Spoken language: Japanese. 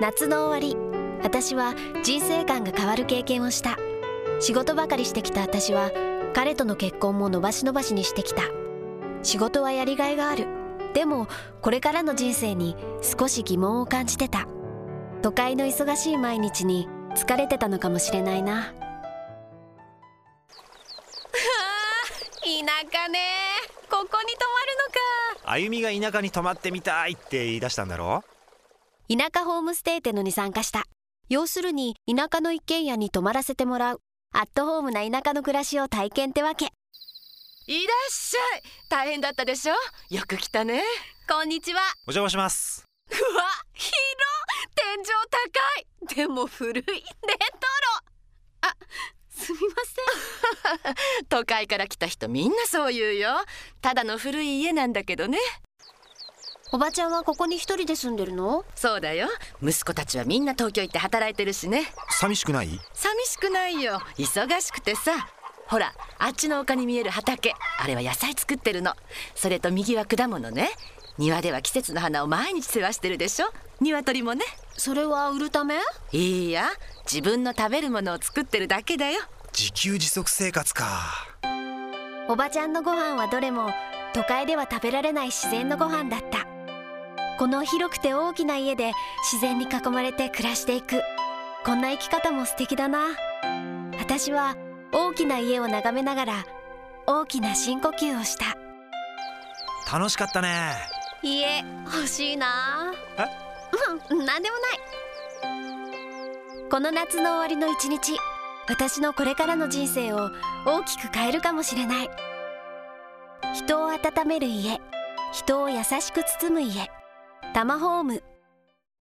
夏の終わり私は人生観が変わる経験をした仕事ばかりしてきた私は彼との結婚も伸ばし伸ばしにしてきた仕事はやりがいがあるでもこれからの人生に少し疑問を感じてた都会の忙しい毎日に疲れてたのかもしれないな田舎ねここに泊まるのかあゆみが田舎に泊まってみたいって言い出したんだろ田舎ホームステイってのに参加した要するに田舎の一軒家に泊まらせてもらうアットホームな田舎の暮らしを体験ってわけいらっしゃい大変だったでしょよく来たねこんにちはお邪魔しますうわ広天井高いでも古いレトロあすみません 都会から来た人みんなそう言うよただの古い家なんだけどねおばちゃんはここに一人で住んでるのそうだよ息子たちはみんな東京行って働いてるしね寂しくない寂しくないよ忙しくてさほらあっちの丘に見える畑あれは野菜作ってるのそれと右は果物ね庭では季節の花を毎日世話してるでしょ鶏もねそれは売るためいいや自分の食べるものを作ってるだけだよ自給自足生活かおばちゃんのご飯はどれも都会では食べられない自然のご飯だったこの広くて大きな家で自然に囲まれて暮らしていくこんな生き方も素敵だな私は大きな家を眺めながら大きな深呼吸をした楽しかったね家欲しいなうん、何でもないこの夏の終わりの一日私のこれからの人生を大きく変えるかもしれない人を温める家人を優しく包む家タマホーム